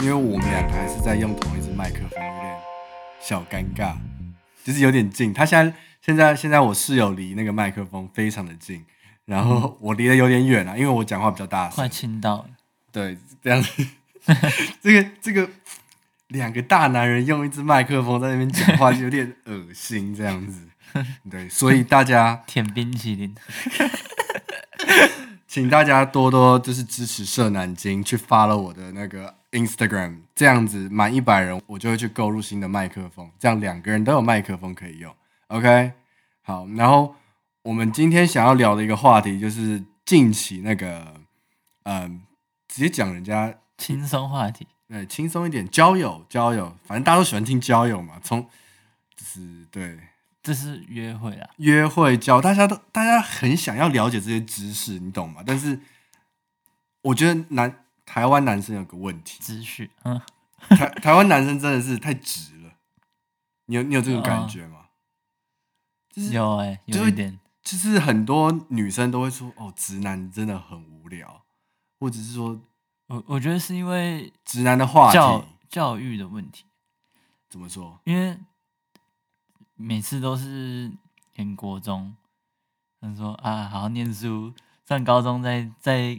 因为我们两个还是在用同一支麦克风，有点小尴尬，就是有点近。他现在现在现在我室友离那个麦克风非常的近，然后我离得有点远啊，因为我讲话比较大声快。亲到了， 对，这样子，这个这个两个大男人用一支麦克风在那边讲话，就有点恶心，这样子。对，所以大家，舔冰淇淋，请大家多多就是支持社南京，去发了我的那个 Instagram，这样子满一百人，我就会去购入新的麦克风，这样两个人都有麦克风可以用。OK，好，然后我们今天想要聊的一个话题就是近期那个，嗯、直接讲人家轻松话题，对，轻松一点，交友交友，反正大家都喜欢听交友嘛，从就是对这是约会啊，约会交，大家都大家很想要了解这些知识，你懂吗？但是我觉得男台湾男生有个问题，资讯，嗯，台 台湾男生真的是太直了，你有你有这种感觉吗？就是有哎、就有是一点，就是很多女生都会说哦，直男真的很无聊，或者是说我我觉得是因为直男的话教题教育的问题，怎么说？因为每次都是念国中，他说啊，好好念书，上高中再再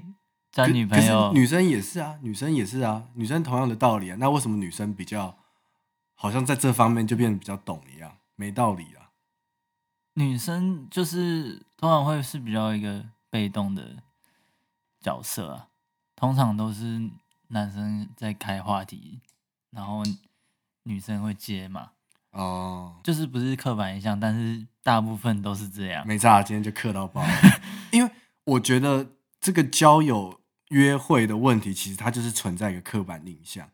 交可女朋可友是，女生也是啊，女生也是啊，女生同样的道理啊。那为什么女生比较好像在这方面就变得比较懂一样？没道理啊。女生就是通常会是比较一个被动的角色啊，通常都是男生在开话题，然后女生会接嘛，哦，就是不是刻板印象，但是大部分都是这样。没差，今天就磕到 爆。因为我觉得这个交友约会的问题，其实它就是存在一个刻板印象。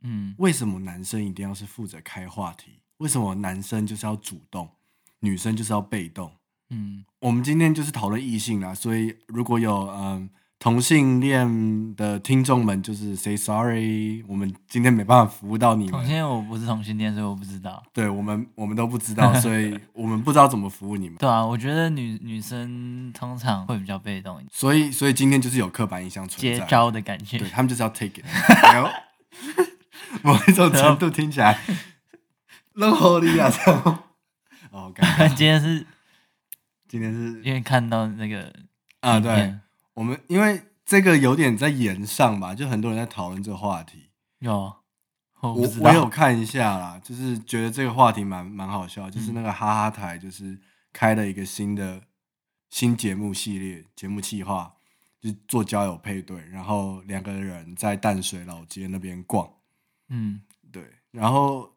嗯，为什么男生一定要是负责开话题？为什么男生就是要主动，女生就是要被动？嗯，我们今天就是讨论异性啦，所以如果有嗯同性恋的听众们，就是 say sorry，我们今天没办法服务到你同们，性恋我不是同性恋，所以我不知道。对我们我们都不知道，所以我们不知道怎么服务你们，对啊，我觉得女女生通常会比较被动，所以所以今天就是有刻板印象存接在，招的感觉 对。他们就是要 take it，哎呦 某一种程度听起 来任何力啊，这样 哦，感觉今天是今天是 因为看到那个啊，影对片我们因为这个有点在延上吧，就很多人在讨论这个话题。有，我不我知我有道，看一下啦，就是觉得这个话题蛮蛮好嗯笑，就是那个哈哈台就是开了一个新的新节目系列节目企划，就是做交友配对，然后两个人在淡水老街那边逛，嗯，对，然后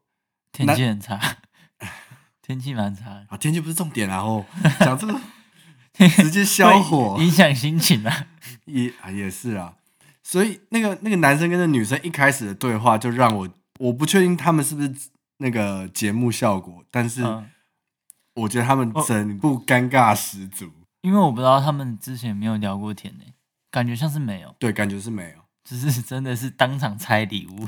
天气很差， 天气蛮差的，啊天气不是重点啊，然后讲这个直接 消火会影响心情啊。也啊也是啊，所以那个那个男生跟那女生一开始的对话就让我我不确定他们是不是那个节目效果，但是。嗯，哦我觉得他们整部尴尬十足，因为我不知道他们之前有没有聊过天呢、感觉像是没有，对，感觉是没有，只是 真的是当场拆礼物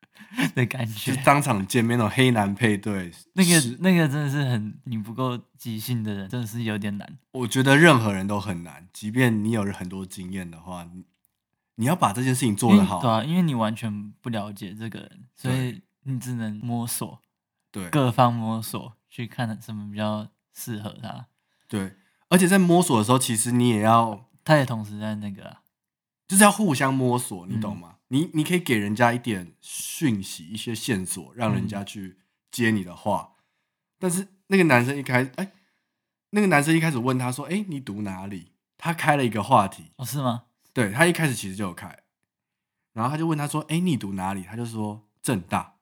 的感就觉是。当场见面那种黑男配对，那个是那个真的是很你不够即兴的人，真的是有点难。我觉得任何人都很难，即便你有很多经验的话，你你要把这件事情做因得为好，对啊，因为你完全不了解这个人，所以你只能摸索，对对各方摸索，去看什么比较适合他。而且在摸索的时候，其实你也要他也同时在那个、啊，就是要互相摸索，你嗯懂吗？你你可以给人家一点讯息，一些线索，让人家去接你的话，但是那个男生一开哎、那个男生一开始问他说，哎、你读哪里？他开了一个话题。哦，是吗？对他一开始其实就有开，然后他就问他说：“哎，你读哪里？”他就说正大，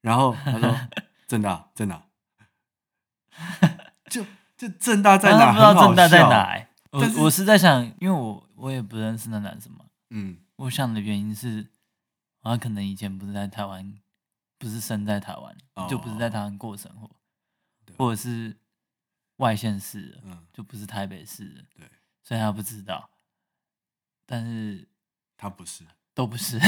然后他说正大 正大，就就正大在但 哪？啊是不知道很好正大在笑呃哪、欸。我但是我是在想，因为我我也不认识那男生嘛，嗯，我想的原因是，他可能以前不是在台湾，不是生在台湾，哦就不是在台湾过生活，对或者是外县市的，嗯，就不是台北市的，对，所以他不知道，但是他不是。都不是，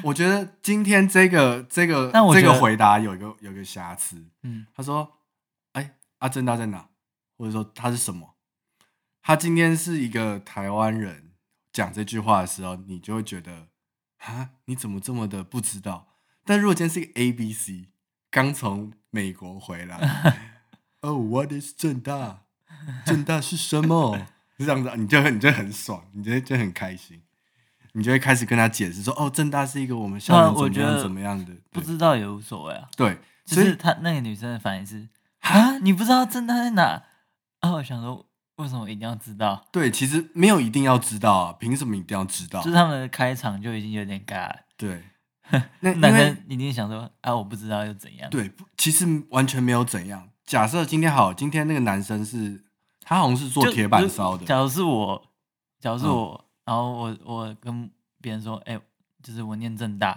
我觉得今天这个这个但我这觉个得回答有一个有一个瑕疵。嗯，他说：“哎，啊，正大在哪？或者说他是什么？”他今天是一个台湾人讲这句话的时候，你就会觉得啊，你怎么这么的不知道？但如果今天是一个 A B C，刚从美国回 来，Oh what is 正大？正大是什么？是这样子，啊你就很你就很爽，你就就很开心，你就会开始跟他解释说，哦，正大是一个我们校园那我怎么觉样得怎么样的，不对知道也无所谓啊。对，就所以是她那个女生的反应是啊，你不知道正大在哪啊？我想说，为什么一定要知道？对，其实没有一定要知道啊，凭什么一定要知道就？是他们的开场就已经有点尬了， 对，那因男为生一定想说啊，我不知道又怎样？对，不其实完全没有怎样。假设今天好，今天那个男生是他好像是做就铁板就烧的，假如是我，假如是嗯我，然后我我跟别人说，哎、就是我念正大，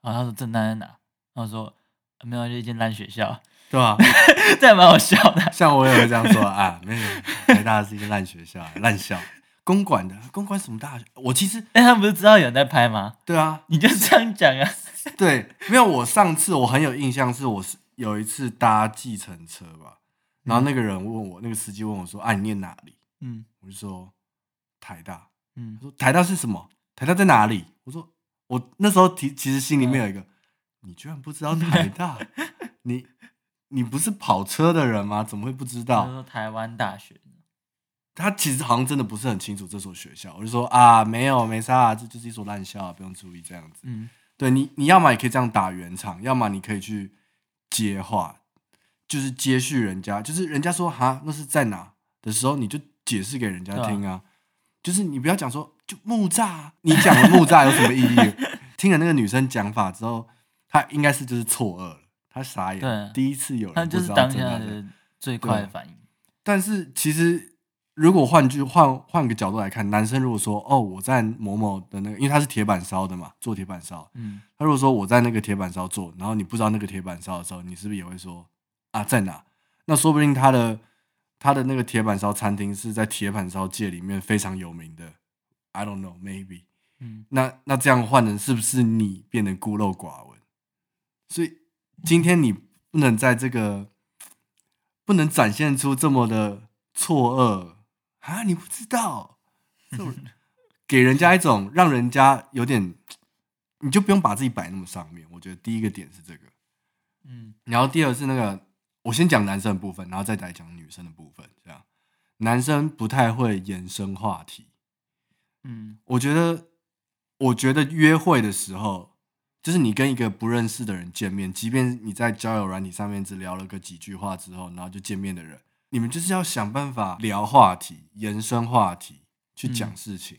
然后他说正大在哪？然后我说啊没有，就一间烂学校， 对吧？ 这还蛮好笑的。像我也会这样说啊，没有，台大是一个烂学校，啊烂校，公馆的，公馆什么大学？我其实但他们不是知道有人在拍吗？对啊，你就这样讲啊，对，没有。我上次我很有印象，是我是有一次搭计程车吧，然后那个人问我，那个司机问我说：“啊，你念哪里嗯？”我就说台大。嗯他，说台大是什么？台大在哪里？我说我那时候其其实心里面有一个，你居然不知道台大，你你不是跑车的人吗？怎么会不知他道？说台湾大学，他其实好像真的不是很清楚这所学校。我就说啊，没有，没啥、这就是一所烂校、啊不用注意这样子。嗯，对你，你要么也可以这样打圆场，要么你可以去接话，就是接续人家，就是人家说哈那是在哪的时候，你就解释给人家对啊听啊，就是你不要讲说就木栅啊，你讲了木栅有什么意义？ 听了那个女生讲法之后，她应该是就是错愕了，她傻眼，对第一次有他人不就是知道当真下的是。的最快的反应。但是其实如果换句换换个角度来看，男生如果说哦我在某某的那个，因为他是铁板烧的嘛，做铁板烧，嗯，他如果说我在那个铁板烧做，然后你不知道那个铁板烧的时候，你是不是也会说啊在哪？那说不定他的他的那个铁板烧餐厅是在铁板烧界里面非常有名的，I don't know maybe 嗯。那那这样换人是不是你变得孤陋寡闻？所以今天你不能在这个不能展现出这么的错愕啊！你不知道，这种给人家一种让人家有点，你就不用把自己摆那么上面。我觉得第一个点是这个，嗯，然后第二是那个，我先讲男生的部分，然后再来讲女生的部分。这样，男生不太会延伸话题，嗯，我觉得，我觉得约会的时候，就是你跟一个不认识的人见面，即便你在交友软体上面只聊了个几句话之后，然后就见面的人，你们就是要想办法聊话题、延伸话题去讲嗯事情，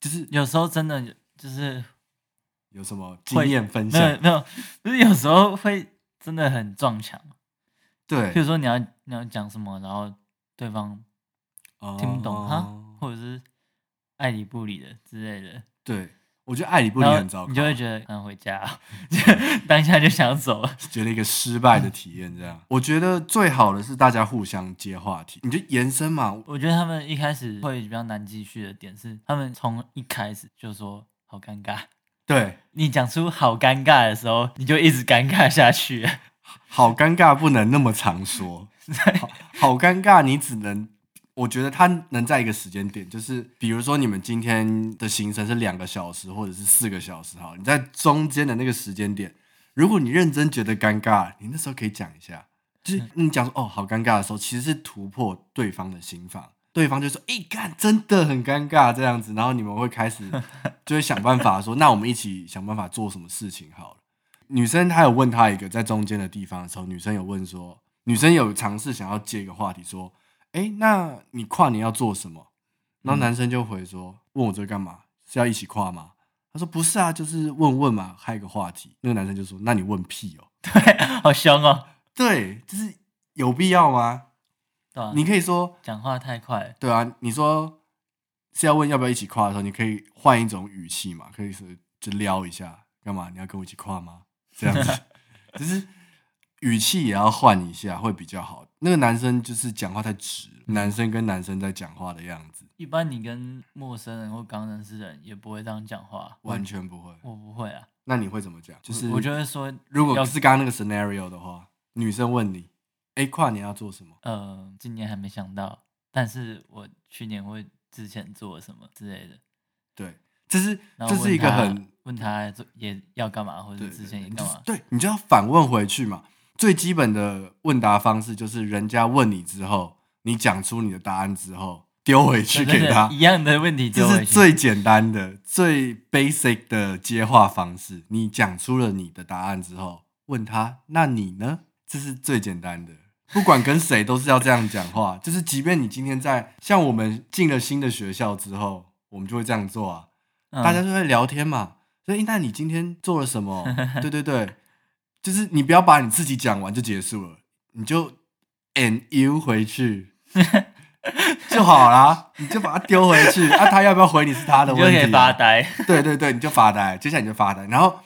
就是有时候真的就是有什么经会验分没有享，没有，就是有时候会真的很撞墙。对譬，如说你要你要讲什么，然后对方听不懂哈哦，或者是爱理不理的之类的，对，我觉得爱理不理然后很糟糕，你就会觉得想回家 啊、就当下就想走了。觉得一个失败嗯的体验。这样，我觉得最好的是大家互相接话题，你就延伸嘛。我觉得他们一开始会比较难继续的点是，他们从一开始就说好尴尬。对，你讲出好尴尬的时候，你就一直尴尬下去。 好尴尬，不能那么常说。 好好尴尬，你只能，我觉得他能在一个时间点，就是比如说你们今天的行程是两个小时或者是四个小时，好，你在中间的那个时间点，如果你认真觉得尴尬，你那时候可以讲一下，就是你讲说哦好尴尬的时候，其实是突破对方的心防。对方就说：“哎、干，真的很尴尬这样子。”然后你们会开始就会想办法说：“那我们一起想办法做什么事情好了。”女生她有问她一个在中间的地方的时候，女生有问说，女生有尝试想要接一个话题说，哎、那你跨年要做什么？然后男生就回说，问我这个干嘛？是要一起跨吗？他说不是啊，就是问问嘛，开个话题。那个男生就说，那你问屁哦、好凶哦，对，就是有必要吗？对吧、你可以说，讲话太快了，对啊，你说是要问要不要一起跨的时候，你可以换一种语气嘛，可以是就撩一下，干嘛？你要跟我一起跨吗？这样 子，只是语气也要换一下，会比较好。那个男生就是讲话太直，男生跟男生在讲话的样子一般你跟陌生人或刚认识的人也不会这样讲话，我完全不会。我不会啊，那你会怎么讲？就是我我就会说，如果要是刚刚那个 scenario 的话，女生问你，哎，跨年要做什么？呃，今年还没想到，但是我去年会之前做了什么之类的，对，这是然后这是一个问他很问他做也要干嘛，或者对之前也你就干是嘛，对你就要反问回去嘛。最基本的问答方式就是人家问你之后，你讲出你的答案之后丢回去对对给对他，一样的问题这丢回是去。最简单的、最 basic 的接话方式。你讲出了你的答案之后，问他：“那你呢？”这是最简单的。不管跟谁都是要这样讲话，就是即便你今天在像我们进了新的学校之后，我们就会这样做啊，嗯大家就会聊天嘛。所以，那你今天做了什 么？对对对，就是你不要把你自己讲完就结束了，你就 and you 回 去就好啦，你就把它丢回去。 啊，他要不要回你是他的你就问可以题、发啊。呆。对对对，你就发呆，接下来你就发呆。然后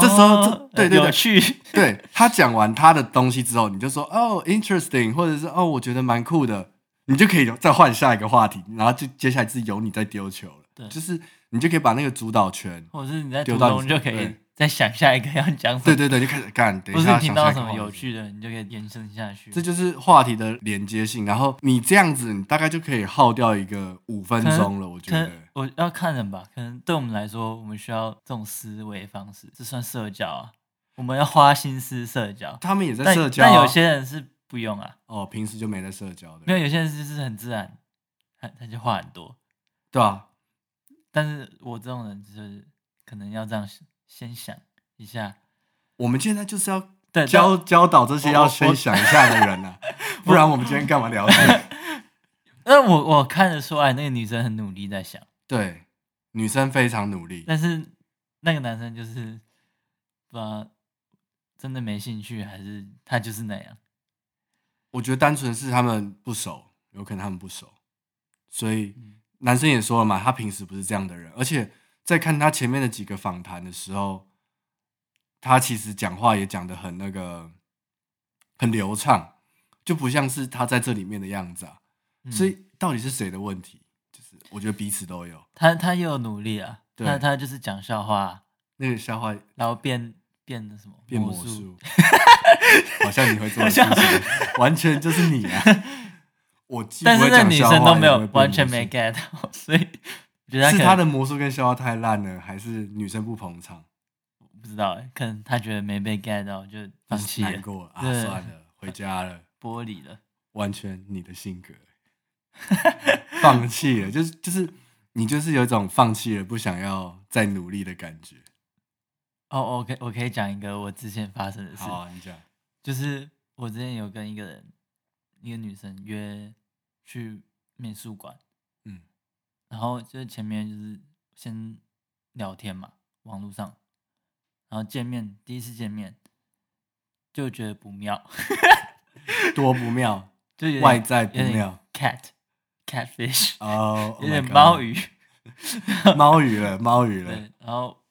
这时候这哦对对对有趣，对他讲完他的东西之后，你就说哦，interesting，或者是哦，我觉得蛮酷的，你就可以再换下一个话题，然后就接下来是由你再丢球了。对就是你就可以把那个主导权或者是你在丢途到你中就可以对再想下一个要讲什对么，对对，就开始干。等或一是下听想到下一什个话么题有，趣的，你就可以延伸下去。这就是话题的连接性。然后你这样子，你大概就可以耗掉一个五分可能钟了。我觉可得能我要看人吧，可能对我们来说，我们需要这种思维方式，这算社交啊。我们要花心思社交，他们也在但社交啊、但有些人是不用啊，哦，平时就没在社交没的，有有些人就是很自然，他他就话很多。对啊，但是我这种人就是可能要这样想先想一下，我们现在就是要对，教教导这些我要我先想一下的人啊，不然我们今天干嘛聊天？ 但我我看得出来那个女生很努力在想，对，女生非常努力，但是那个男生就是不知道真的没兴趣，还是他就是那样。我觉得单纯是他们不熟，有可能他们不熟，所以嗯男生也说了嘛，他平时不是这样的人，而且在看他前面的几个访谈的时候，他其实讲话也讲得很那个，很流畅，就不像是他在这里面的样子啊。嗯所以到底是谁的问题？就是我觉得彼此都有他他也有努力啊，对他他就是讲笑话，那个笑话然后变变的什么变魔术，术， 好像你会做的事好像情， 完全就是你啊！我既不但是会那讲女笑生话都没有也不会变完全魔术没 get 到，所以我觉得是可他能的魔术跟笑话太烂了，还是女生不捧场，不知道欸，可能他觉得没被 get 到就放弃了难，过了啊，对算了，回家了，玻璃了。完全你的性 格，放弃了，就是就是你就是有一种放弃了，不想要再努力的感觉。哦，我可以我可以讲一个我之前发生的事，好、啊，你讲，就是我之前有跟一个人，一个女生约去美术馆，嗯，然后就是前面就是先聊天嘛，网络上，然后见面第一次见面就觉得不妙， 多不妙就有点外在不有点妙，cat catfish，、 哦，有点猫语，鱼，猫语了，猫语了，对，然后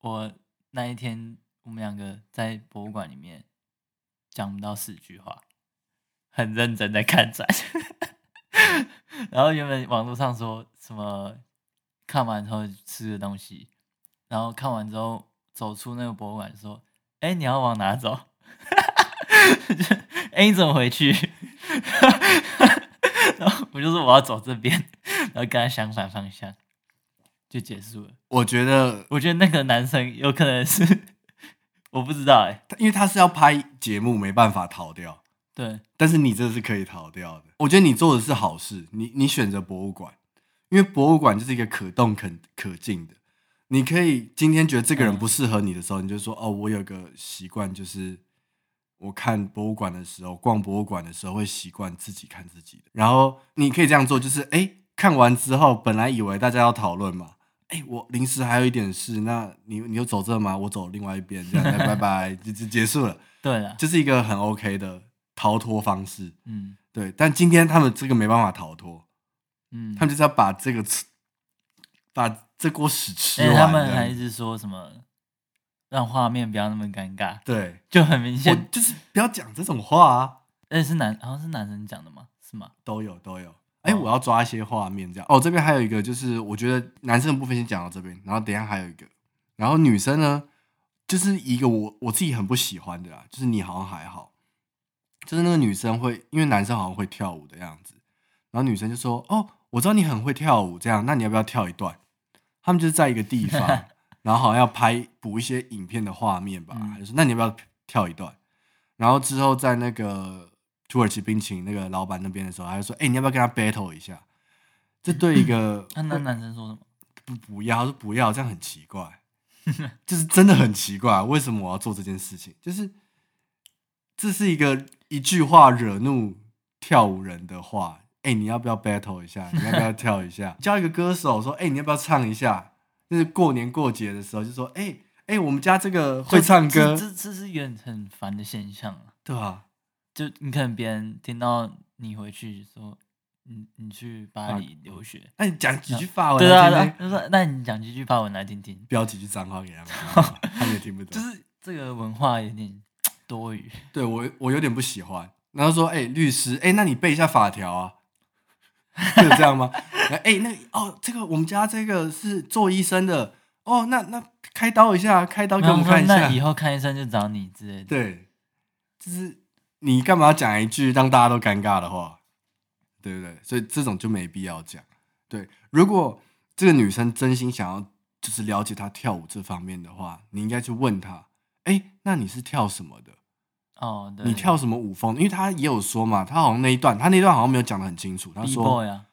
我那一天我们两个在博物馆里面讲不到四句话，很认真在看展。 然后原本网络上说什么看完之后吃的东西，然后看完之后走出那个博物馆说：“哎，你要往哪走？” 就哎，你怎么回去？ 然后我就说我要走这边，然后跟他相反方向，就结束了。我觉得我觉得那个男生有可能是， 我不知道哎、因为他是要拍节目，没办法逃掉。对，但是你这是可以逃掉的。我觉得你做的是好事，你你选择博物馆，因为博物馆就是一个可动可可进的。你可以今天觉得这个人嗯不适合你的时候，你就说哦，我有个习惯，就是我看博物馆的时候，逛博物馆的时候会习惯自己看自己的。然后你可以这样做，就是哎，看完之后，本来以为大家要讨论嘛，哎，我临时还有一点事，那你你就走这吗？我走另外一边，这样拜拜， 就就结束了。对了，这是一个很 OK 的逃脱方式。嗯对，但今天他们这个没办法逃脱，嗯，他们就是要把这个吃，把这锅屎吃而且完。哎他们这还样一子直说什么让画面不要那么尴尬，对，就很明我显，就是不要讲这种话啊，而且是男，好像是男生讲的嘛，是吗？都有都有。哦哎、我要抓一些画面这样。哦，这边还有一个，就是我觉得男生的部分先讲到这边，然后等一下还有一个，然后女生呢，就是一个我我自己很不喜欢的啦，就是你好像还好，就是那个女生会，因为男生好像会跳舞的样子，然后女生就说：“哦，我知道你很会跳舞，这样，那你要不要跳一段？”他们就是在一个地方，然后好像要拍补一些影片的画面吧，嗯还是那你要不要跳一段？然后之后在那个土耳其冰淇淋那个老板那边的时候，他就说：“哎、你要不要跟他 battle 一下？”这对一个啊那那男生说什么？不不要，他说不要，这样很奇怪， 就是真的很奇怪，为什么我要做这件事情？就是这是一个一句话惹怒跳舞人的话，哎、你要不要 battle 一下？你要不要跳一 下？叫一个歌手说，哎、你要不要唱一下？就是过年过节的时候，就说，哎、哎、我们家这个会唱歌这，这这是一个很烦的现象啊。对吧、就你可能别人听到你回去说，你你去巴黎留学，那你哎讲几句法文对啊，哦来对听啊听，就说那你讲几句法文来听听，不要几句脏话给他们，他们也听不懂。就是这个文化有点多余，对我我有点不喜欢。然后说，哎、律师，哎、那你背一下法条啊， 有这样吗？哎、那个哦，这个我们家这个是做医生的，哦，那那开刀一下，开刀给我们看一那以下。后看医生就找你之类的，对，就是你干嘛讲一句让大家都尴尬的话，对不对？所以这种就没必要讲。对，如果这个女生真心想要就是了解她跳舞这方面的话，你应该去问她，哎、那你是跳什么的？哦，对，你跳什么舞风？因为他也有说嘛，他好像那一段，他那段好像没有讲的很清楚。他 B 说 boy 啊，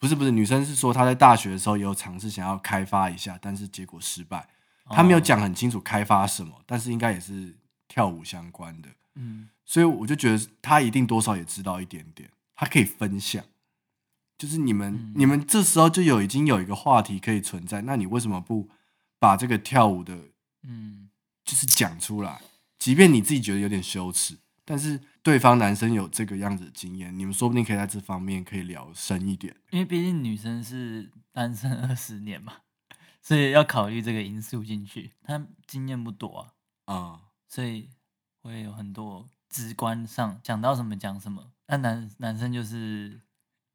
不是不是，女生是说她在大学的时候也有尝试想要开发一下，但是结果失败。他没有哦，讲很清楚开发什么，但是应该也是跳舞相关的，嗯，所以我就觉得他一定多少也知道一点点，他可以分享。就是你们、嗯你们这时候就有已经有一个话题可以存在，那你为什么不把这个跳舞的嗯，就是讲出来，即便你自己觉得有点羞耻，但是对方男生有这个样子的经验，你们说不定可以在这方面可以聊深一点。因为毕竟女生是单身二十年嘛， 所以要考虑这个因素进去，她经验不多啊，啊、所以会有很多直观上讲到什么讲什么。那男男生就是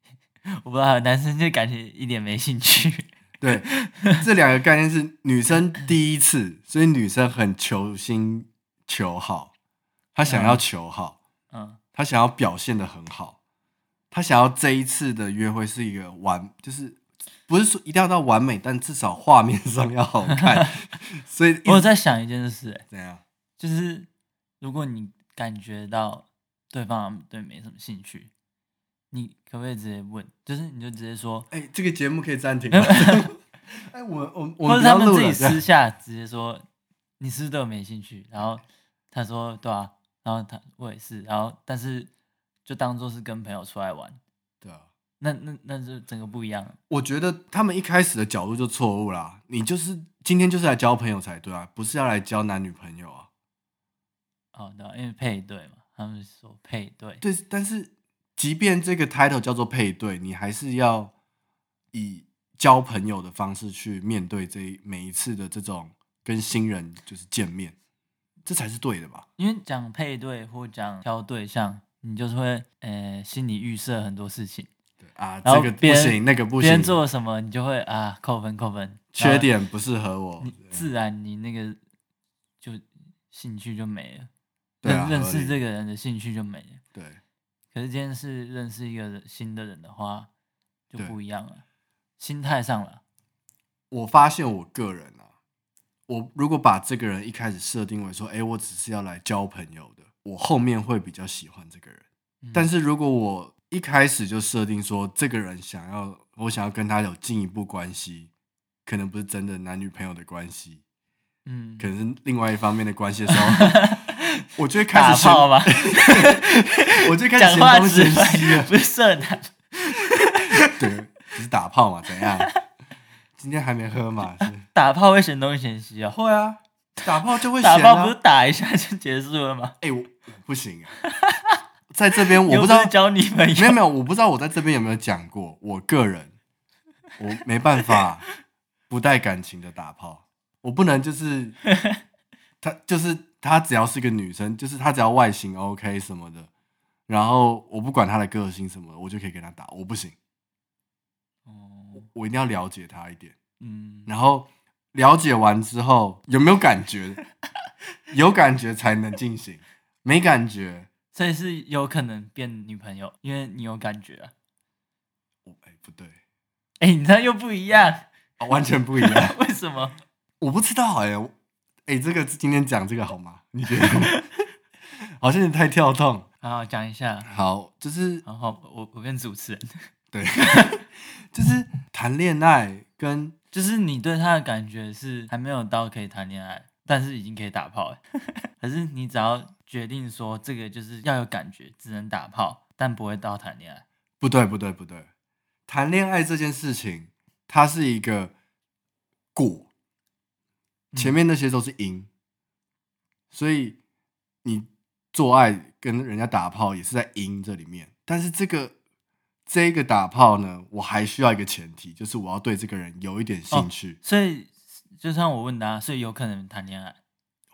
我不知道，男生就感觉一点没兴趣。对，这两个概念是女生第一次，所以女生很求新求好，她想要求好，嗯，她想要表现的很好，她想要这一次的约会是一个完，就是不是说一定要到完美，但至少画面上要好看。所以一直我有在想一件事、欸，怎样？就是如果你感觉到对方对你没什么兴趣，你可不可以直接问？就是你就直接说，哎、这个节目可以暂停没 了有。哎，我我我或们者不要他们录自了己这样私下直接说，你是不是对我没兴趣？然后他说对啊，然后他我也是，然后但是就当做是跟朋友出来玩，对啊，那那那就整个不一样了。我觉得他们一开始的角度就错误啦。你就是今天就是来交朋友才对啊，不是要来交男女朋友啊。哦，对啊、因为配对嘛，他们说配对，对，但是即便这个 title 叫做配对，你还是要以交朋友的方式去面对这一每一次的这种跟新人就是见面，这才是对的吧？因为讲配对或讲挑对象，你就是会呃心里预设很多事情，对啊，然这后个不别人行，那个不别人行，做了什么，你就会啊扣分扣分，缺，点不适合我你。自然你那个就兴趣就没了，对啊认认合理识这个人的兴趣就没了。对，可是今天是认识一个人新的人的话，就对不一样了，心态上了。我发现我个人啊，我如果把这个人一开始设定为说，哎、我只是要来交朋友的，我后面会比较喜欢这个人。嗯但是如果我一开始就设定说，这个人想要我想要跟他有进一步关系，可能不是真的男女朋友的关系，嗯，可能是另外一方面的关系的时 候，我就会开打始嫌炮，吧， 我就会开始讲嫌话东直嫌白西了，。不是色男。对，只是打炮嘛，怎样？今天还没喝嘛？是打炮会嫌东嫌西哦，会啊，打炮就会嫌 打啊。炮不是打一下就结束了吗？哎、我我不行啊， 在这边我又不不知道是，交女朋没有友，没有，我不知道我在这边有没有讲过，我个人我没办法不带感情的打炮，我不能就是 他就是他只要是个女生，就是他只要外形 OK 什么的，然后我不管他的个性什么的，我就可以跟他打，我不行，哦我我一定要了解他一点，嗯，然后了解完之后有没有感 觉，有感觉才能进行，没感觉。所以是有可能变女朋友，因为你有感觉啊。我哎、不对， 哎、你这样又不一样，哦完全不一样。 为什么？我不知道哎、我哎、这个今天讲这个好吗？你觉得？ 好像有点太跳动。好，讲一下。好，就是然后我我跟主持人，对， 就是谈恋爱跟就是你对他的感觉是还没有到可以谈恋爱，但是已经可以打炮了。 可是你只要决定说这个就是要有感觉，只能打炮，但不会到谈恋爱。不对不对不对，谈恋爱这件事情，它是一个果，前嗯面那些都是因，所以你做爱跟人家打炮也是在因这里面。但是这个这个打炮呢，我还需要一个前提，就是我要对这个人有一点哦兴趣，所以就像我问答，所以有可能谈恋爱。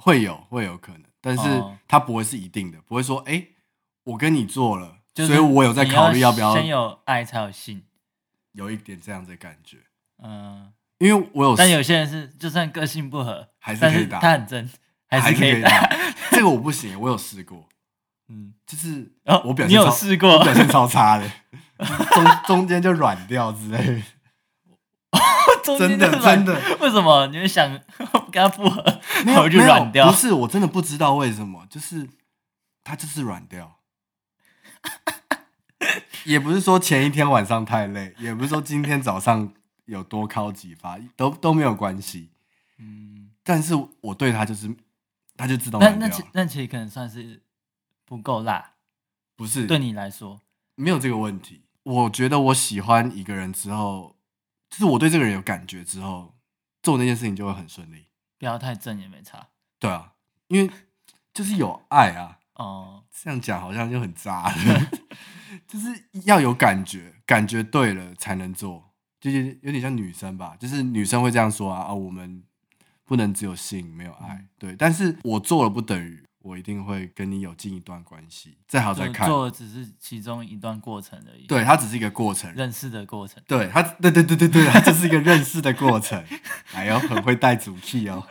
会有会有可能，但是哦它不会是一定的，不会说哎、诶我跟你做了，就是所以我有在你考虑要不要先有爱才有性。有一点这样的感觉，嗯，因为我有但有些人是就算个性不合，还是但可以是打他很正，还是是可以以打。打。 这个我不行，我有试过，嗯，就是哦我表你现有超试过我？表现超差 的，中中间就软掉之类的。中真间的就真软的， 为什么你会想跟他不合，没然有后就没有软掉不？是，我真的不知道为什么，就是他就是软掉。也不是说前一天晚上太累，也不是说今天早上有多敲几发，都都没有关系。嗯，但是我对他就是，他就自动那软那掉其，那其实可能算是不够辣，不是对你来说，没有这个问题。我觉得我喜欢一个人之后，就是我对这个人有感觉之后，做那件事情就会很顺利。不要太正也没差。对啊，因为就是有爱啊，哦，这样讲好像就很渣， 就是要有感觉，感觉对了才能做，就是有点像女生吧，就是女生会这样说啊啊，我们不能只有性没有爱，嗯对。但是我做了不等于我一定会跟你有进一段关系，再好再做看，做的只是其中一段过程而已，，对，它只是一个过程，认识的过程。对他，对对对对对，他这是一个认识的过程。哎呦，很会带主 key 哦。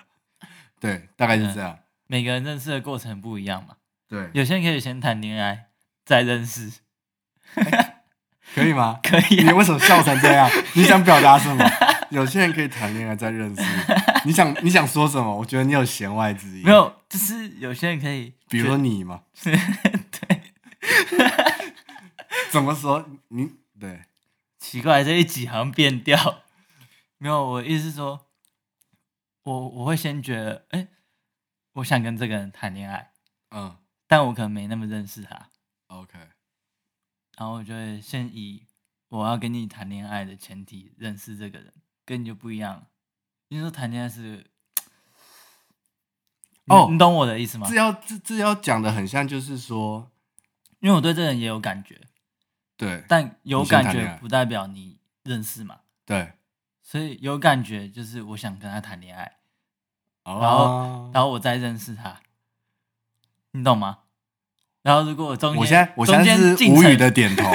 对，大概是这样。每个人认识的过程不一样嘛，对，有些人可以先谈恋爱再认识，可以吗？可以你啊、为什么笑成这样？你想表达什么？有些人可以谈恋爱再认识。你想你想说什么？我觉得你有弦外之音。没，有，就是有些人可以，比如说你嘛。对，怎么说？你对奇怪，这一集好像变调。 没有，我意思是说，我我会先觉得，哎、我想跟这个人谈恋爱，嗯但我可能没那么认识他， ，OK，然后我就会先以我要跟你谈恋爱的前提认识这个人，跟你就不一样了。你说谈恋爱是，哦你你懂我的意思吗这？要这这要讲的很像，就是说，因为我对这个人也有感觉，对但有你先感谈恋觉爱不代表你认识嘛，对，所以有感觉就是我想跟他谈恋爱。哦，然后我再认识他，你懂吗？然后如果我中间，我现在我现中在间是进无程语的，点头，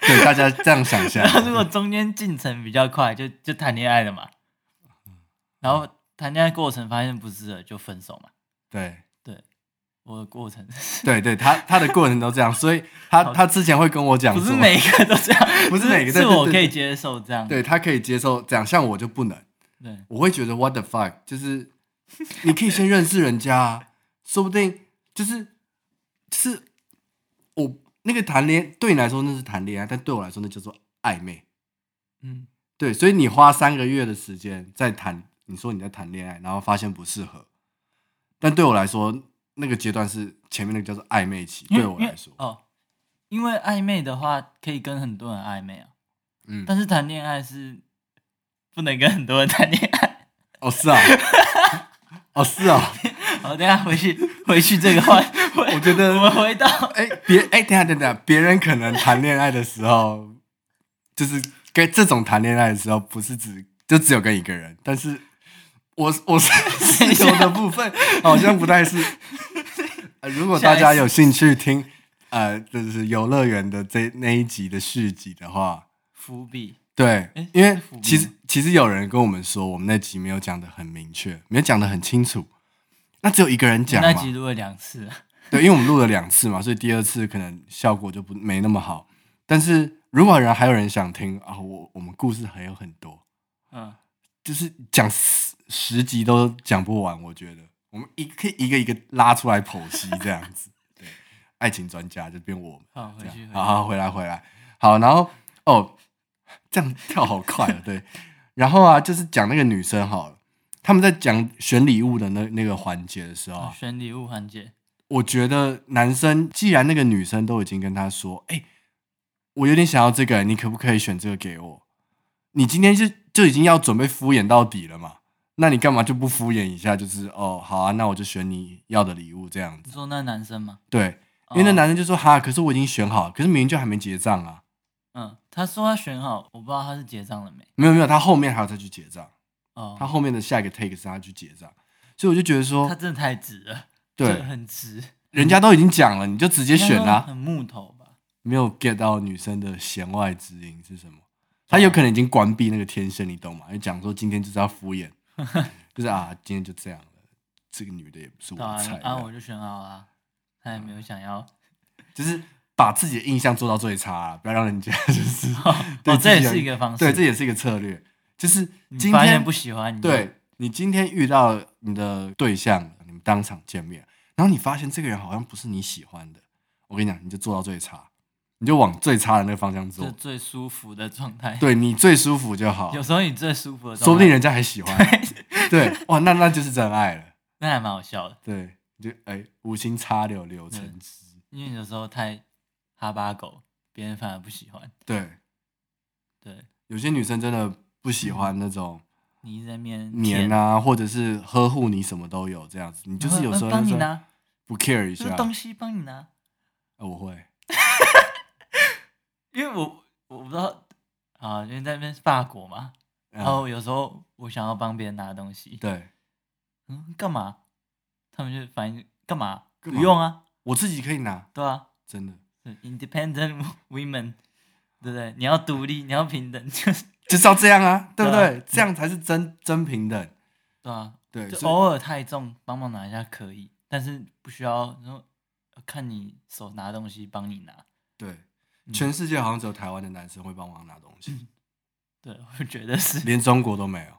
对大家这样想 象然。后如果中间进程比较快，就就谈恋爱了嘛。然后谈恋爱过程发现不适合就分手嘛。对我的过程对对，他他的过程都这样，所以他他之前会跟我讲不说，是每个都这样， 不是每个是对对我对可以对接受这样。对他可以接受这样，像我就不能，对我会觉得 what the fuck，就是你可以先认识人家啊，说不定就是就是我那个谈恋对你来说那是谈恋爱，但对我来说那叫做暧昧。嗯，对，所以你花三个月的时间在谈，你说你在谈恋爱，然后发现不适合，但对我来说，那个阶段是前面那个叫做暧昧期，因为对我来说因为，哦，因为暧昧的话可以跟很多人暧昧啊，嗯，但是谈恋爱是不能跟很多人谈恋爱。 哦是啊，哦是啊，好，等一下回去回去这个话， 我我觉我得们，回到哎别哎等一下等一下，别人可能谈恋爱的时候，就是跟这种谈恋爱的时候，不是只就只有跟一个人，但是我我是室友的部分好像不太是。呃如果大家有兴趣听，呃，就是游乐园的这那一集的续集的话，伏笔，对诶，嗯因为是伏笔其实吗其实有人跟我们说，我们那集没有讲的很明确，没有讲的很清楚。那只有一个人讲那嘛集，录了两次了，对，因为我们录了两次嘛，所以第二次可能效果就不没那么好。但是如果人还有人想听啊，我我们故事还有很多，嗯，就是讲十十集都讲不完，我觉得我们一可以一个一个拉出来剖析这样子。对，爱情专家就变我们。好，这回样去，回去好好回来回来，好，然后哦，这样跳好快哦，对，然后啊，就是讲那个女生好了，他们在讲选礼物的那那个环节的时候啊，选礼物环节，我觉得男生既然那个女生都已经跟他说，哎、我有点想要这个，你可不可以选这个给我？你今天就就已经要准备敷衍到底了嘛？那你干嘛就不敷衍一下？就是哦，好啊，那我就选你要的礼物这样你子。说那男生吗？对，因为那哦男生就说哈，可是我已经选好了，可是明明就还没结账啊。嗯，他说他选好，我不知道他是结账了没。没有没有，他后面还要再去结账，哦，他后面的下一个 take 是他去结账，所以我就觉得他说，真的太直了，这对，很直。人家都已经讲了，你就直接选啊啦、应该说很木头吧？没有 get 到女生的弦外之音是 什么？他有可能已经关闭那个天线，你懂吗？就讲说今天就是要敷 衍，就是啊，今天就这样了，这个女的也不是我对啊的菜，，啊，我就选好啦。他也没有想要，就是把自己的印象做到最差、啊不要让人家 就是对哦，这自也己的是一个方式。对，这也是一个策略，就是你今发天现不喜欢你就，对你今天遇到你的对象，你们当场见面，然后你发现这个人好像不是你喜欢的，我跟你讲，你就做到最差，你就往最差的那个方向这做，最舒服的状态。对你最舒服就好，有时候你最舒服的状态，说不定人家还喜欢。对，哇，那那就是真爱了。那还蛮好笑的，对，你就哎，无心插柳柳成枝。因为有时候太哈巴狗，别人反而不喜欢。对，对有些女生真的不喜欢那种你一直在面黏啊，或者是呵护你什么都有这样子，你舔，就是有啊时候呃帮就你说拿，不 care 一就是下，东西帮你拿，呃我会。因为我我不知道啊，因为在那边法国嘛，嗯然后有时候我想要帮别人拿东西，对。嗯，干嘛？他们就反应干嘛？干不嘛用啊，我自己可以拿，对啊真的，是，independent women，对不对？你要 独立，你要平等， 就是就是要这样啊，对不对啊对？这样才是真真平等。对啊，对，就所以偶尔太重，帮忙拿一下可以，但是不需要然后呃看你手拿东西帮你拿。对，嗯全世界好像只有台湾的男生会帮忙拿东 西，对，我觉得是连中国都没有。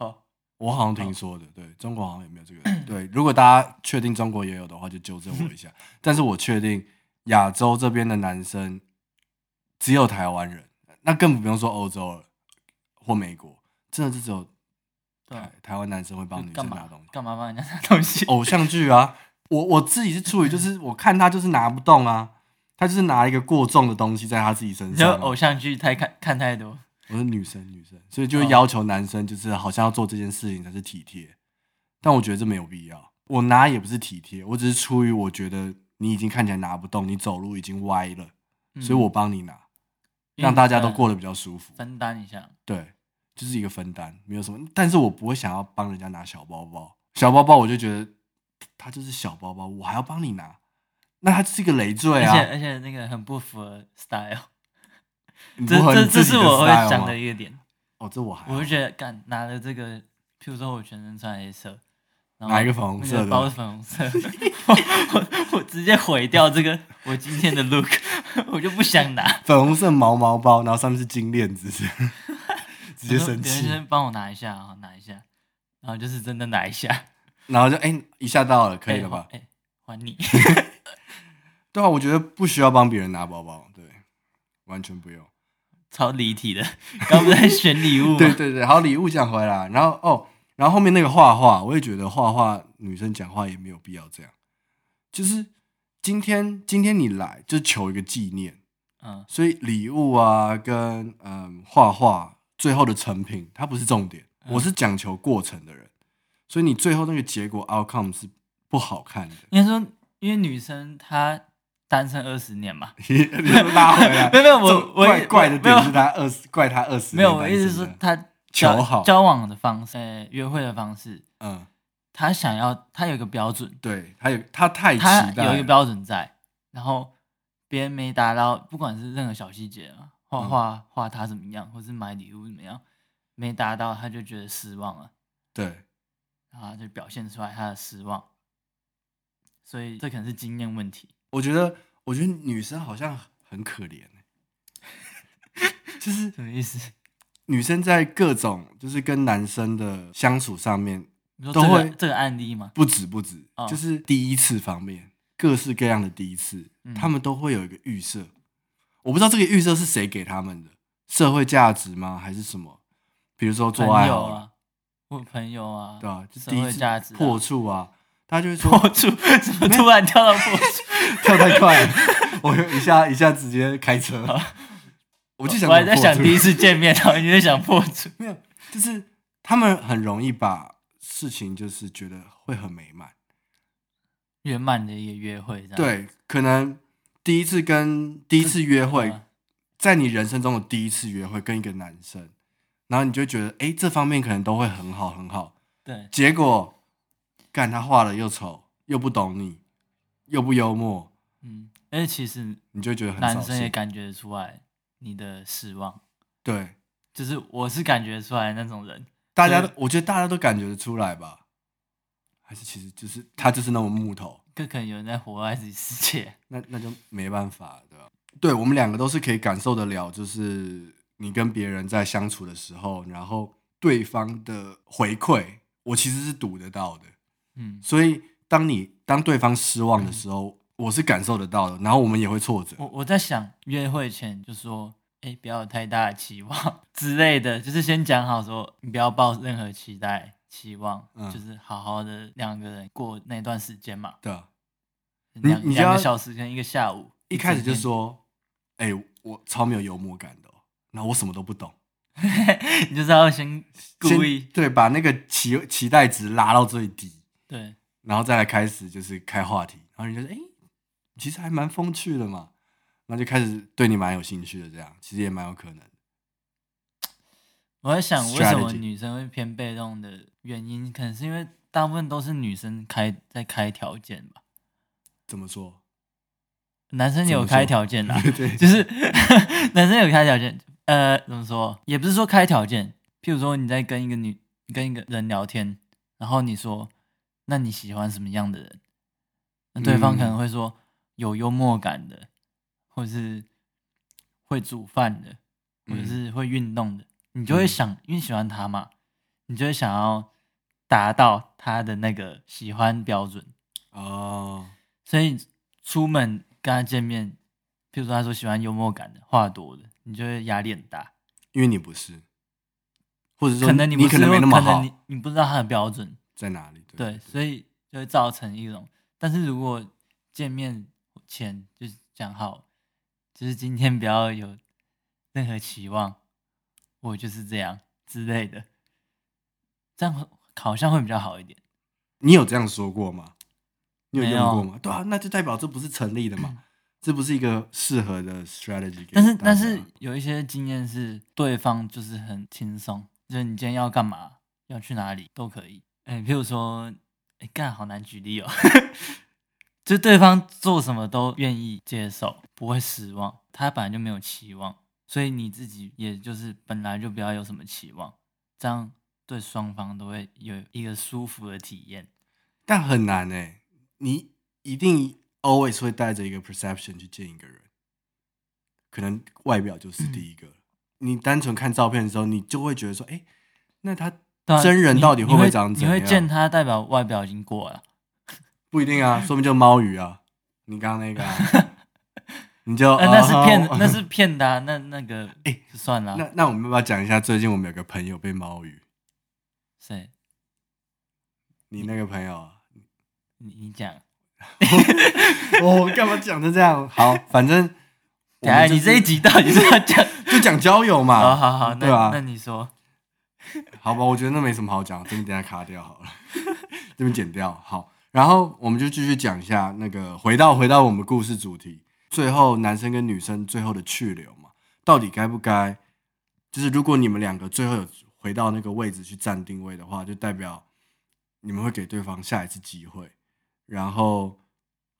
哦，我好像听说的，对中国好像也没有这个。对，如果大家确定中国也有的话，就纠正我一 下。但是我确定亚洲这边的男生只有台湾人，那更不用说欧洲了或美国，真的就只有对啊台，台湾男生会帮就女干生拿嘛东西。干嘛帮人家拿东西？ 偶像剧啊，我我自己是处于 就是我看他就是拿不动啊，他就是拿一个过重的东西在他自己身你就上啊、偶像剧太看看太多，我是女生，女生，所以哦就会要求男生就是好像要做这件事情才是体贴，但我觉得这没有必要。我拿也不是体贴，我只是出于我觉得你已经看起来拿不动，你走路已经歪了，嗯所以我帮你拿，因为让大家都分过得比较舒服。分担一下。对，就是一个分担，没有什么。但是我不会想要帮人家拿小包包，小包包我就觉得他就是小包包，我还要帮你拿，那他就是一个累赘而且啊！而且那个很不符合 style，你这不合你这自这己是的我会 style 啊想吗的一个点，哦，这我还我好就觉得干拿了这个，譬如说我全身穿黑色，然后拿一个粉红那色个的包是粉红色， 我我我直接毁掉这个我今天的 look，我就不想拿。粉红色毛毛包，然后上面是金链子， 直接生别气，人帮我拿一下啊，拿一下，然后就是真的拿一下，然后就哎、一下到了，可以哎了吧？哎、还你。对啊，我觉得不需要帮别人拿包包，对，完全不用。超离题的， 刚不是在选礼物 吗？对对对，好，礼物讲回来，然后哦，然后后面那个画画，我也觉得画画女生讲话也没有必要这样，就是今天今天你来就求一个纪念，嗯，所以礼物啊跟嗯画画最后的成品，它不是重点，嗯我是讲求过程的人，所以你最后那个结果 outcome 是不好看的。 应该说，因为女生她单身二十年嘛，拉回来， 没有没有我这我怪怪的没有点是他二十，怪他二十，没有，我意思是说，她交求好交往的方式、呃约会的方式，嗯，她想要，她有一个标准，对他有他太期她待有一了个标准在，然后别人没达到，不管是任何小细节啊，嗯画画画她怎么样，或是买礼物怎么样，没达到，她就觉得失望了，对。然后她就表现出来她的失望，所以这可能是经验问题，我觉得，我觉得女生好像很可怜欸、就是什么意思？女生在各种就是跟男生的相处上面，你说都这个会这个案例吗？不止不止，哦就是第一次方面，各式各样的第一次，嗯他们都会有一个预设。我不知道这个预设是谁给他们的，社会价值吗？还是什么？比如说朋做爱友好了，啊，我朋友啊，对啊，就社第一会价次值啊破处啊，他就会说 破处，怎么突然跳到破处？跳太快了，我一下一下直接开车， 我就想我还在怎么破想处第一次见面，然后你在想破处，没有，就是他们很容易把事情就是觉得会很美满。圆满的一个约会，这样，对，可能第一次跟第一次约会嗯，在你人生中的第一次约会跟一个男生，然后你就觉得哎、诶这方面可能都会很好很好，对，结果干他画的又丑又不懂你又不幽默，嗯，而且其实你就觉得很扫男生也兴。感觉得出来你的失望，对，就是我是感觉出来那种人，大家都对我觉得大家都感觉得出来吧，还是其实就是他就是那么木头。更可能有人在活在自己世界。那那就没办法，对吧？对我们两个都是可以感受得了，就是你跟别人在相处的时候，然后对方的回馈，我其实是读得到的。嗯，所以当你当对方失望的时候，我是感受得到的，然后我们也会挫折。我我在想约会前就说，哎、不要有太大的期望之类的，就是先讲好说，你不要抱任何期待、期望，嗯就是好好的两个人过那段时间嘛，对啊，两你就两要个小时跟一个下午，一开始就整天说，哎、我超没有幽默感的、哦，然后我什么都不懂，你就是要先故意先对把那个期期待值拉到最低，对，然后再来开始就是开话题，然后人家说：“哎、其实还蛮风趣的嘛。”然后就开始对你蛮有兴趣的，这样其实也蛮有可能。我在想为什么 Strategy 女生会偏被动的原因，可能是因为大部分都是女生开在开条件吧，怎么说？ 男生怎有么说开条件啊啦，对对就是男生有开条件，呃，怎么说？也不是说开条件，譬如说你在跟一个女跟一个人聊天，然后你说，那你喜欢什么样的人？那对方嗯可能会说有幽默感的，或者是会煮饭的，或者嗯是会运动的，你就会嗯想，因为喜欢他嘛，你就会想要达到他的那个喜欢标准。哦，所以出门跟他见面，譬如说他说喜欢幽默感的、话多的，你就会压力很大。因为你不是，或者说可能你不可是，能没那么可能好你，你不知道他的标准，在哪里？对对，所以就会造成一种。但是如果见面前就是讲好，就是今天不要有任何期望，我就是这样之类的，这样会好像会比较好一点。你有这样说过吗？你有没用有过吗？对啊，那就代表这不是成立的 嘛，这不是一个适合的 strategy 给大家。但是但是有一些经验是对方就是很轻松，就是你今天要干嘛，要去哪里都可以。哎，譬如说，哎，干好难举例哦， 就对方做什么都愿意接受，不会失望。他本来就没有期望，所以你自己也就是本来就不要有什么期望，这样对双方都会有一个舒服的体验。但很难哎、你一定 always 会带着一个 perception 去见一个人，可能外表嗯就是第一个。你单纯看照片的时候，你就会觉得说，哎、那他对啊真人你到底你会不会长怎你会样见他，代表外表已经过了。不一定 啊，说不定就猫鱼啊，你刚刚那个、啊，你就、呃，那是骗 哦，那是骗的啊、那那个，哎哎，算了啊、那那我们要不要讲一下最近我们有个朋友被猫鱼？谁？你那个朋友、 啊，你你讲，我哦干嘛讲成这样？好，反正我等下们就哎你是这一集到底是要讲？就讲交友嘛，好好好，那对 啊，那你说，好吧，我觉得那没什么好讲，这边等一下卡掉好了， 这边剪掉好。然后我们就继续讲一下那个，回到回到我们故事主题，最后男生跟女生最后的去留嘛，到底该不该？就是如果你们两个最后有回到那个位置去站定位的话，就代表你们会给对方下一次机会，然后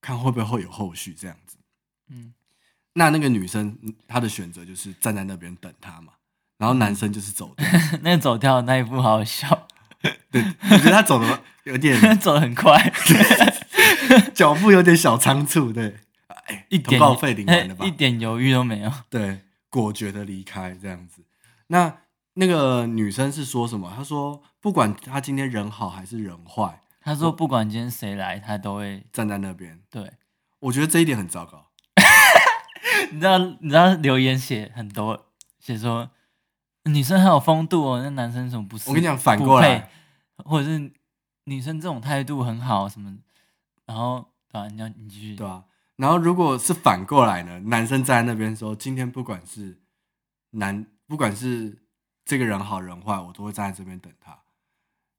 看会不会有后续这样子。嗯，那那个女生嗯她的选择就是站在那边等他嘛，然后男生就是走掉。那个走掉的那一步好好笑， 对，我觉得他走的有点 走得 很快，脚步有点小仓促，对，哎，啊 一点通告费领完了吧一？点犹豫都没有。对，果决的离开这样子。那那个女生是说什么？她说不管她今天人好还是人坏，他说不管今天谁来，他都会站在那边。对。我觉得这一点很糟糕。你知道你知道留言写很多，写说女生很有风度哦，那男生怎么不是？我跟你讲，反过来，不配，或者是女生这种态度很好什么，然后对啊吧、你要你继续对吧、然后如果是反过来呢，男生站在那边说，今天不管是男，不管是这个人好人坏，我都会站在这边等他。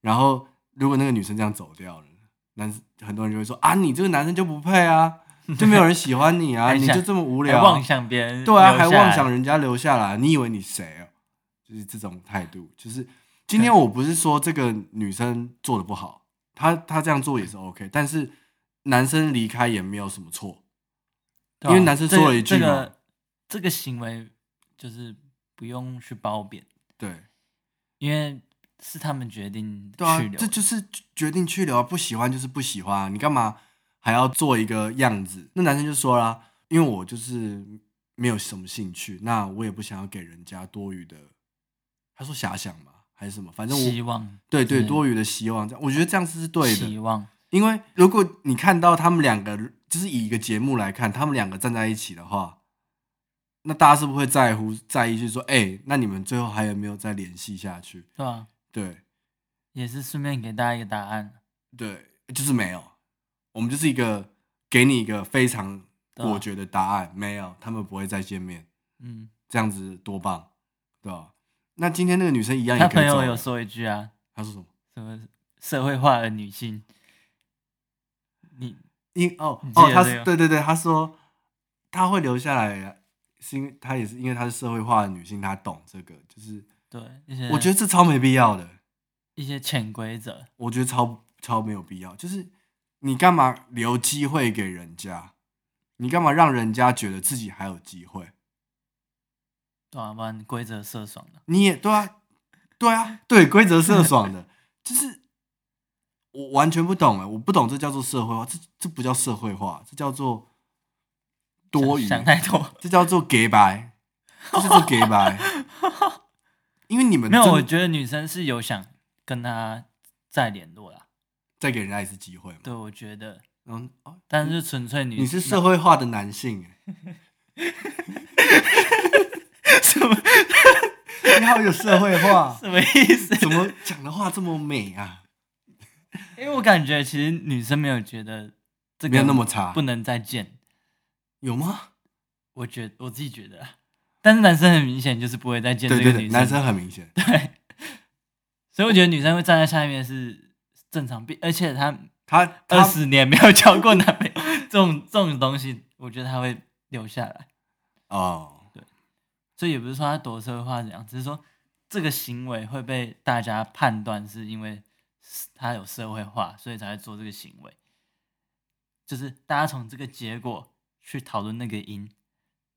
然后如果那个女生这样走掉了，男很多人就会说啊，你这个男生就不配啊，就没有人喜欢你啊，还你想就这么无还聊，妄想别人对啊，还留下来妄想人家留下来，你以为你谁哦？就是这种态度，就是今天我不是说这个女生做的不好，她她这样做也是 OK，但是男生离开也没有什么错，对啊因为男生说了一句这个这嘛个这个行为就是不用去褒贬，对因为是他们决定对啊去，留，这就是决定去留啊，不喜欢就是不喜欢啊、你干嘛还要做一个样子？那男生就说啦，因为我就是没有什么兴趣，那我也不想要给人家多余的，他说遐想嘛还是什么，反正我希望嗯对对，是多余的希望，这样我觉得这样是对希的，望因为如果你看到他们两个，就是以一个节目来看，他们两个站在一起的话，那大家是不是会在乎在意，就是说，哎、那你们最后还有没有再联系下去？对吧、啊？对也是顺便给大家一个答案，对，就是没有，我们就是一个给你一个非常对啊果决的答案，没有，他们不会再见面，嗯，这样子多棒，对吧？那今天那个女生一样也他可朋以走友了，有说一句啊，她说什么？什么社会化的女性，你因哦你记哦，得他这是个对对对，他说他会留下来，是因为他也是因为她是社会化的女性，她懂这个，就是对一些，我觉得这超没必要的，一些潜规则，我觉得超超没有必要，就是你干嘛留机会给人家？你干嘛让人家觉得自己还有机会？对啊，不然规则设爽了，你也对啊，对啊，对规则是很爽 的，就是我完全不懂哎，我不懂这叫做社会化，这这不叫社会化，这叫做多余想想太多。这叫做给白，这叫做给白，因为你们没有，真我觉得女生是有想跟他再联络啦。再给人家一次机会嘛。对，我觉得，嗯，哦但是纯粹女你是社会化的男性欸，什么，你好有社会化什么意思？怎么讲的话这么美啊？因为我感觉其实女生没有觉得这个没有那么差不能再见。有吗？我觉我自己觉得啊，但是男生很明显就是不会再见这对个对女对，生，男生很明显，对，所以我觉得女生会站在下面是正常，并而且她他二他十年没有交过男朋友，这种这种东西，我觉得她会留下来。哦，所以也不是说她多社会化怎样，只是说这个行为会被大家判断是因为她有社会化，所以才会做这个行为。就是大家从这个结果去讨论那个因，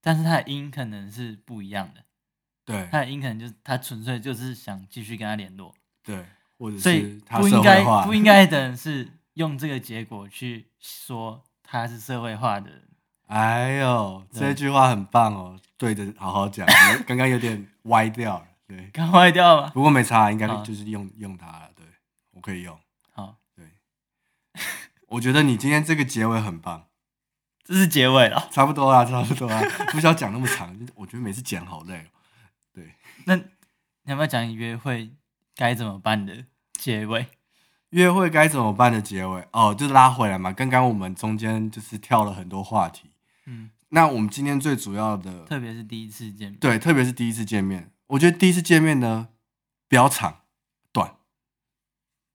但是她的因可能是不一样的，对她的因可能就是她纯粹就是想继续跟他联络。对，或者所以是他不社应会该化，不应该的人是用这个结果去说他是社会化的人，哎呦，这对句话很棒哦，对着好好 讲，我刚刚有点歪掉了，对，刚坏掉吗？不过没差，应该好就是用用它了，对我可以用。好，我觉得你今天这个结尾很棒，这是结尾了。差不多啦，差不多啦， 不需要讲那么长。我觉得每次讲好累、哦。那你要不要讲约会该怎么办的结尾？约会该怎么办的结尾哦，就是拉回来嘛。刚刚我们中间就是跳了很多话题，嗯，那我们今天最主要的特别是第一次见面，对，特别是第一次见面，我觉得第一次见面呢，不要长，短，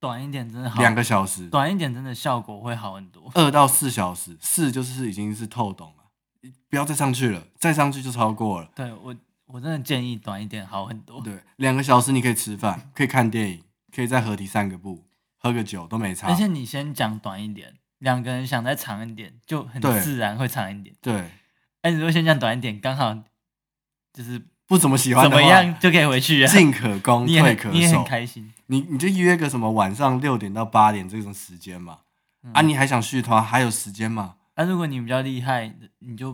短一点真的好，两个小时，短一点真的效果会好很多。二到四小时，四就是已经是透懂了，不要再上去了，再上去就超过了。对我，我真的建议短一点好很多。对，两个小时你可以吃饭，可以看电影，可以在合体散个步，喝个酒都没差。而且你先讲短一点，两个人想再长一点，就很对自然会长一点。对，哎，你如果先讲短一点，刚好就是不怎么喜欢怎的么话样就可以回去啊。 进可攻，你也退很可你也很守。开心，你你就约个什么晚上六点到八点这种时间嘛？啊，你还想续团，还有时间嘛？嗯那、如果你比较厉害，你就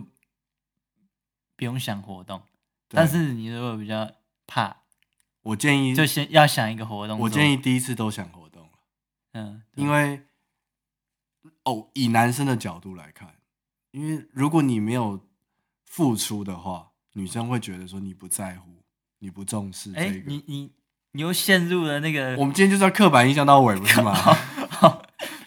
不用想活动。对但是你如果比较怕，我建议就先要想一个活动做。我建议，议第一次都想活动，嗯，对因为哦，以男生的角度来看，因为如果你没有付出的话，女生会觉得说你不在乎，你不重视哎、这个。你你你又陷入了那个我，们今天就是要刻板印象到尾，不是吗？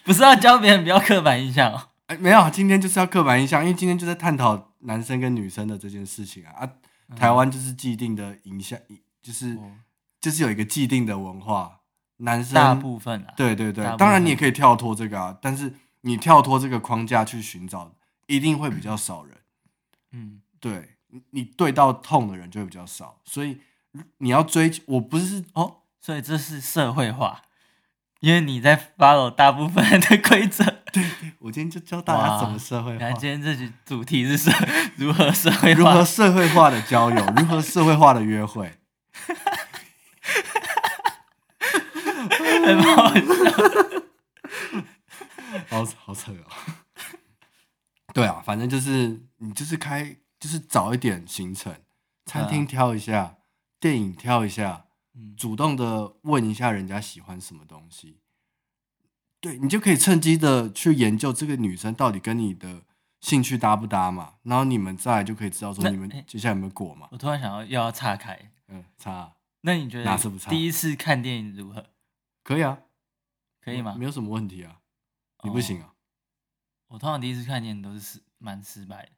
不是要教别人不要刻板印象哦。哎，没有，今天就是要刻板印象，因为今天就在探讨男生跟女生的这件事情啊啊！台湾就是既定的影响，就是嗯哦就是有一个既定的文化，男生大部分啊，对对对大部，分当然你也可以跳脱这个啊，但是你跳脱这个框架去寻找，一定会比较少人。嗯，对你你对到痛的人就会比较少，所以你要追，我不是哦，所以这是社会化，因为你在 follow 大部分人的规则。我今天就教大家哇怎么社会你看化，今天这集主题是社 如何社会如何化？社会化的交 友，如何社会化的约会。很好笑好好扯哦。对啊，反正就是你就是开就是早一点行程，餐厅挑一下，电影挑一下，啊嗯主动的问一下人家喜欢什么东西，对你就可以趁机的去研究这个女生到底跟你的兴趣搭不搭嘛，然后你们再来就可以知道说那你们哎接下来有没有果嘛。我突然想要又要岔开，嗯，差啊那你觉哪次不得岔第一次看电影如何？可以啊，可以吗没？有什么问题啊，你不行啊？我通常第一次看电影都是失蛮失败的，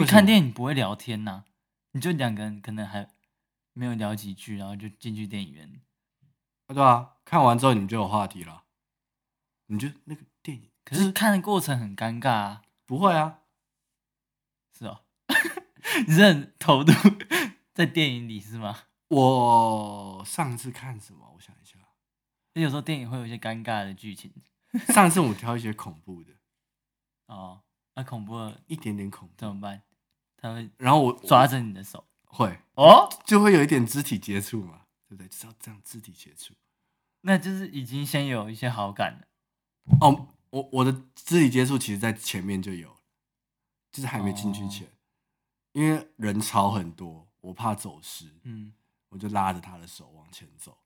为为什看么电影不会聊天呐、你就两个人可能还没有聊几句，然后就进去电影院。哦啊对啊，看完之后你们就有话题了，你就那个电影可是看的过程很尴尬啊，不会啊，是哦， 你是很投入在电影里是吗？我上次看什么？我想一下，因为有时候电影会有一些尴尬的剧情上次我挑一些恐怖的，哦，那、恐怖的一点点恐怖，怎么办？他会然后我抓着你的手会哦，就会有一点肢体接触嘛，对不对？就是要这样肢体接触。那就是已经先有一些好感了，哦，我我的肢体接触其实在前面就有了，就是还没进去前，哦因为人潮很多，我怕走失，嗯，我就拉着他的手往前走，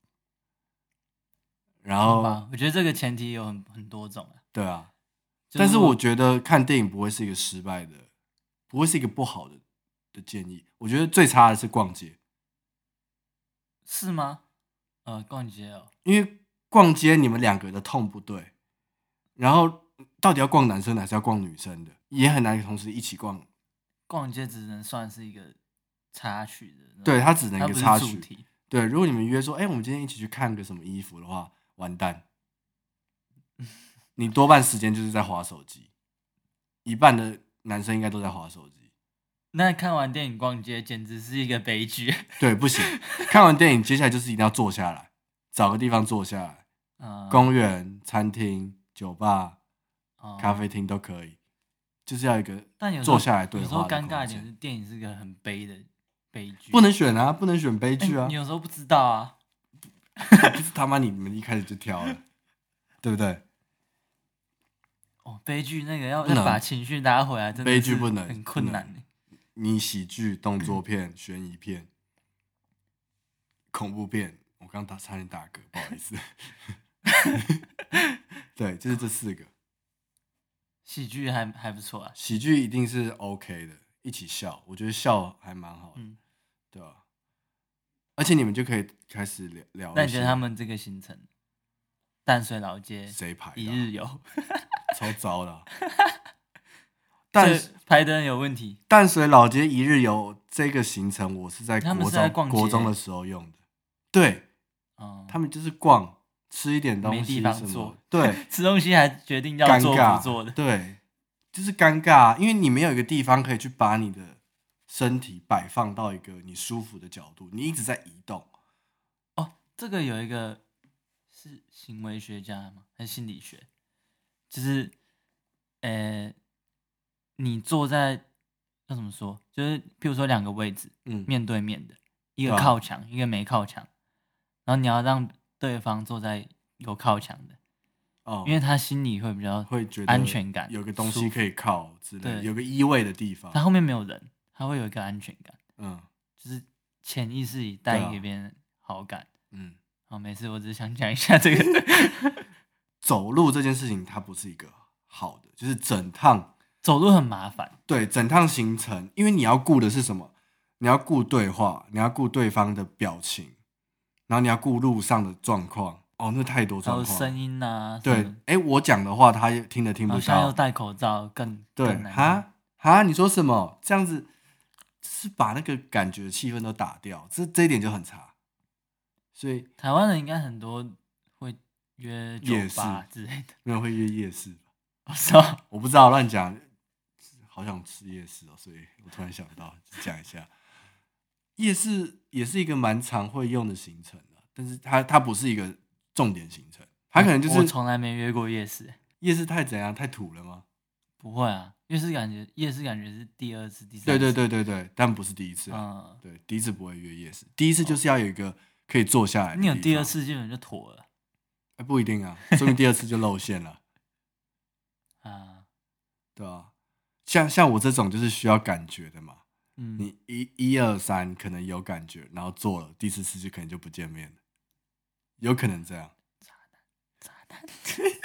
然好后吧，我觉得这个前提有很很多种啊，对啊，就但是如果我觉得看电影不会是一个失败的，不会是一个不好的的建议。我觉得最差的是逛街，是吗？呃，逛街哦，因为逛街你们两个的痛不对，然后到底要逛男生的还是要逛女生的，也很难同时一起啊逛。逛街只能算是一个插曲的那种，对，它只能它一不个是插主曲。题，对，如果你们约说，哎、我们今天一起去看个什么衣服的话，完 蛋，你多半时间就是在划手机，一半的男生应该都在划手机。那看完电影逛街简直是一个悲剧，对， 不行。看完电影，接下来就是一定要坐下来，找个地方坐下来， 嗯，公园、餐厅、酒吧、哦咖啡厅都可以，就是要一个但有时候坐下来对有时话候的尴尬空一点间是电影是个很悲的悲剧，不能选啊，不能选悲哎剧啊你，有时候不知道啊， 就是他妈你们一开始就挑 了，对不对？哦，悲剧那个要不能要把情绪拉回来，真的悲剧是不能很困难不能欸。你喜剧、动作嗯片、悬疑片、恐怖片，我刚打差点打嗝，不好意思。 对，就是这四个，喜剧还还不错啊，喜剧一定是 OK 的，一起笑，我觉得笑还蛮好的。嗯，对啊，而且你们就可以开始聊聊一些。那你觉得他们这个行程，淡水老街谁排一的啊、日游，超糟的 啊、淡这排的人有问题，淡水老街一日游这个行程，我是在他们国是在中逛街国中的时候用的。对嗯，他们就是逛，吃一点东西，没地方什么坐，对，吃东西还决定 要尴做尬不做的，对，就是尴尬，啊因为你没有一个地方可以去把你的身体摆放到一个你舒服的角度，你一直在移动。哦，这个有一个是行为学家吗？还是心理学？就是，呃，你坐在要怎么说？就是譬如说两个位置，嗯，面对面的，一个对啊靠墙，一个没靠墙，然后你要让对方坐在有靠墙的，哦因为他心里会比较，会觉得安全感有个东舒西服可以靠之类的，对有个依偎的地方他。后面没有人，他会有一个安全感，嗯，就是潜意识里对带啊给别人好感。嗯，好，没事，我只是想讲一下这个走路这件事情它不是一个好的，就是整趟走路很麻烦，对整趟行程，因为你要顾的是什么？你要顾对话，你要顾对方的表情，然后你要顾路上的状况。哦，那太多还有状况了。声音呐、啊。什对么的，哎，我讲的话他也听得听不然后现在到又。戴口罩，更对更，难听。哈哈，你说什么？这样子是把那个感觉气氛都打掉，这这一点就很差。所以台湾人应该很多会约酒夜市吧之类的， 没有人会约夜市吧？我操，我不知道，乱讲。好想吃夜市哦，所以我突然想到就讲一下，夜市也是一个蛮常会用的行程啊，但是它它不是一个重点行程，它可能就我是从来没约过夜市，夜市太怎样太土了吗？不会啊，夜市感觉夜市感觉是第二次、第三对次，对对对对，但不是第一次啊，嗯，对，第一次不会约夜市，第一次就是要有一个可以坐下来的你有地第二方次基本就妥了哎，不一定啊，说不定第二次就露馅了，啊，对吧、像像我这种就是需要感觉的嘛，嗯，你一一二三可能有感觉，然后做了，第四次就可能就不见面了，有可能这样。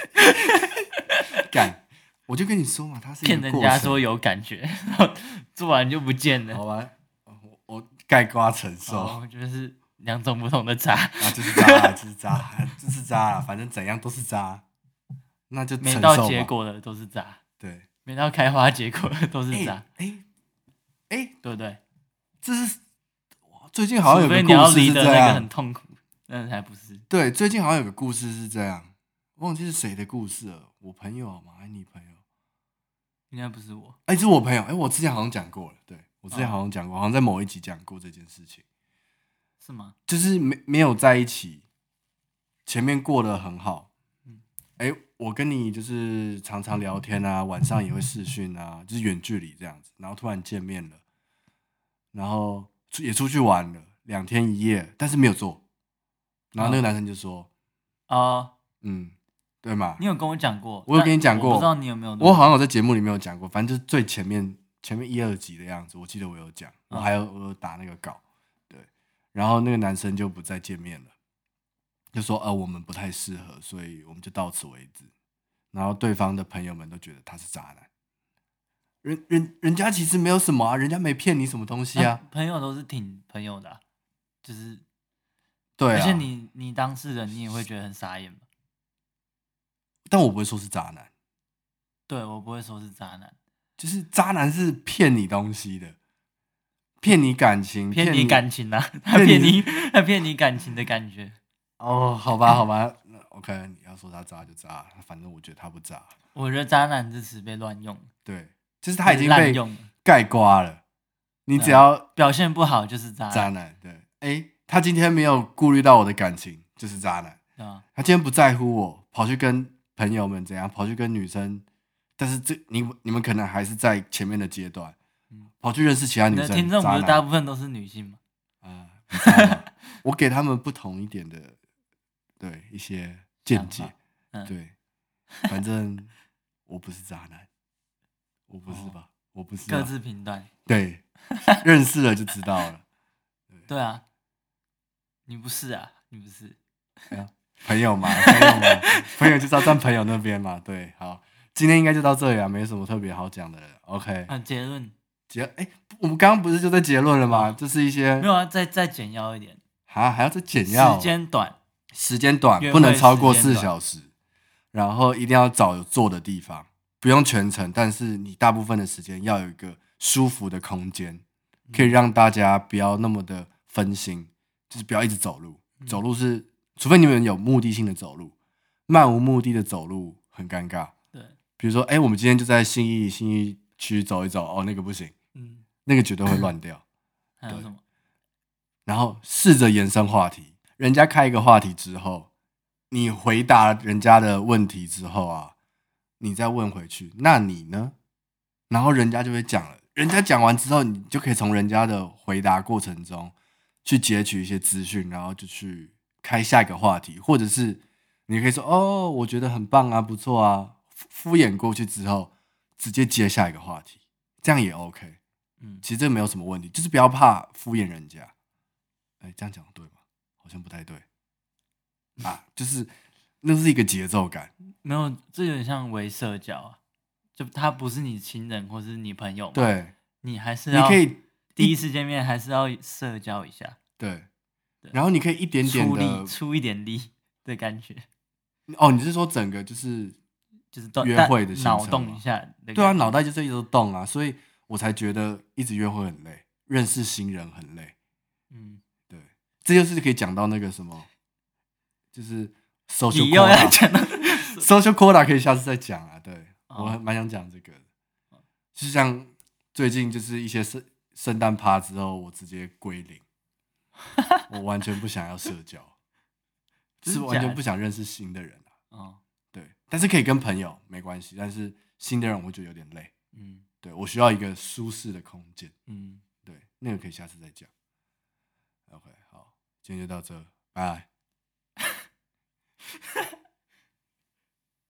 渣男，渣男，干！我就跟你说嘛，他是一骗个人过家程说有感觉， 然后做完就不见了好，吧，我我盖瓜承受，哦，就是两种不同的 渣，啊，就是渣啊，就是渣啊，就是渣啊，反正怎样都是渣，那就承没受到结吧，果的都是渣，对，没到开花结果的都是哎渣，哎哎，对不对？这是哇最近好像有除个非你要故事离是的这那个样很，痛苦，那才不是。对，最近好像有个故事是这样，忘记是谁的故事了，我朋友吗？还是你朋友？应该不是我，哎、这是我朋友，哎、我之前好像讲过了，对我之前好像讲过，好像在某一集讲过这件事情，是吗？就是没没有在一起，前面过得很好嗯，哎、我跟你就是常常聊天啊，晚上也会视讯啊，就是远距离这样子，然后突然见面了，然后出也出去玩了两天一夜，但是没有做，然后那个男生就说。哦，嗯，对嘛？你有跟我讲过，我有跟你讲但过我不知道你有没啊有那我么。好像有在节目里面有讲过，反正就是最前面前面一二集的样子，我记得我有讲，嗯我还有我有打那个稿，对。然后那个男生就不再见面了，就说呃我们不太适合，所以我们就到此为止。然后对方的朋友们都觉得他是渣男，人人人家其实没有什么啊，人家没骗你什么东西啊，那朋友都是挺朋友的啊、就是对啊。而且你你当事人，你也会觉得很傻眼吧？但我不会说是渣男，对我不会说是渣男，就是渣男是骗你东西的，骗你感情，骗你你感情 啊，他骗你，他骗你感情的感觉。哦，好吧，好吧，那 OK，你要说他渣就渣，反正我觉得他不渣。我觉得“渣男”这词被乱用，对，就是他已经滥被用，嗯盖瓜了，你只对要表现不好就是渣，渣男，对，诶，他今天没有顾虑到我的感情，就是渣男。对吧？他今天不在乎我，跑去跟朋友们怎样，跑去跟女生，但是这你你们可能还是在前面的阶段嗯，跑去认识其他你女的生，听众渣不是男大部分都是女性吗？啊，你知道吗我给他们不同一点的，对一些见想解法。嗯对，反正我不是渣男，我不是哦吧？我不是吧啊各自评断。对，认识了就知道了。 对啊，你不是啊，你不是。朋友嘛，朋友嘛，朋友就是要站朋友那边嘛。对，好，今天应该就到这里啊，没什么特别好讲的了。OK，啊，结论结哎，我们刚刚不是就在结论了吗？就是一些没有啊，再再简要一点，还还要再简要哦时间短，时间短，约不会能超过时间四短小时，然后一定要找有坐的地方，不用全程，但是你大部分的时间要有一个舒服的空间，嗯可以让大家不要那么的分心，就是不要一直走路。嗯走路是，除非你们有目的性的走路，漫无目的的走路很尴尬。对，比如说，哎、我们今天就在信义信义区走一走，哦，那个不行，嗯，那个绝对会乱掉。还有对什么？然后试着延伸话题。人家开一个话题之后，你回答人家的问题之后啊，你再问回去，那你呢？然后人家就会讲了，人家讲完之后，你就可以从人家的回答过程中去截取一些资讯，然后就去开下一个话题，或者是你可以说哦，我觉得很棒啊，不错啊，敷敷衍过去之后，直接接下一个话题，这样也 OK。嗯，其实这没有什么问题，就是不要怕敷衍人家。哎，这样讲对吗？好像不太对啊，就是那是一个节奏感，没有，这有点像为社交啊，就他不是你亲人或是你朋友嘛，，对，你还是你要可以第一次见面还是要社交一下，对对，然后你可以一点点出的力出一点力的感觉，哦，你是说整个就是就是动约但会的行脑程动吗一下的感觉，对啊，脑袋就是一直动啊，所以我才觉得一直约会很累，认识新人很累。嗯，对，这就是可以讲到那个什么，就是 social 你又要 quota 讲到 social quota 可以下次再讲啊。对、哦我还蛮想讲这个的，就像最近就是一些圣圣诞趴之后，我直接归零，我完全不想要社交，就真是假完全的不想认识新的人啊。哦，对，但是可以跟朋友没关系，但是新的人我觉得有点累。嗯对我需要一个舒适的空间。嗯，对，那个可以下次再讲。OK，好，今天就到这，拜拜。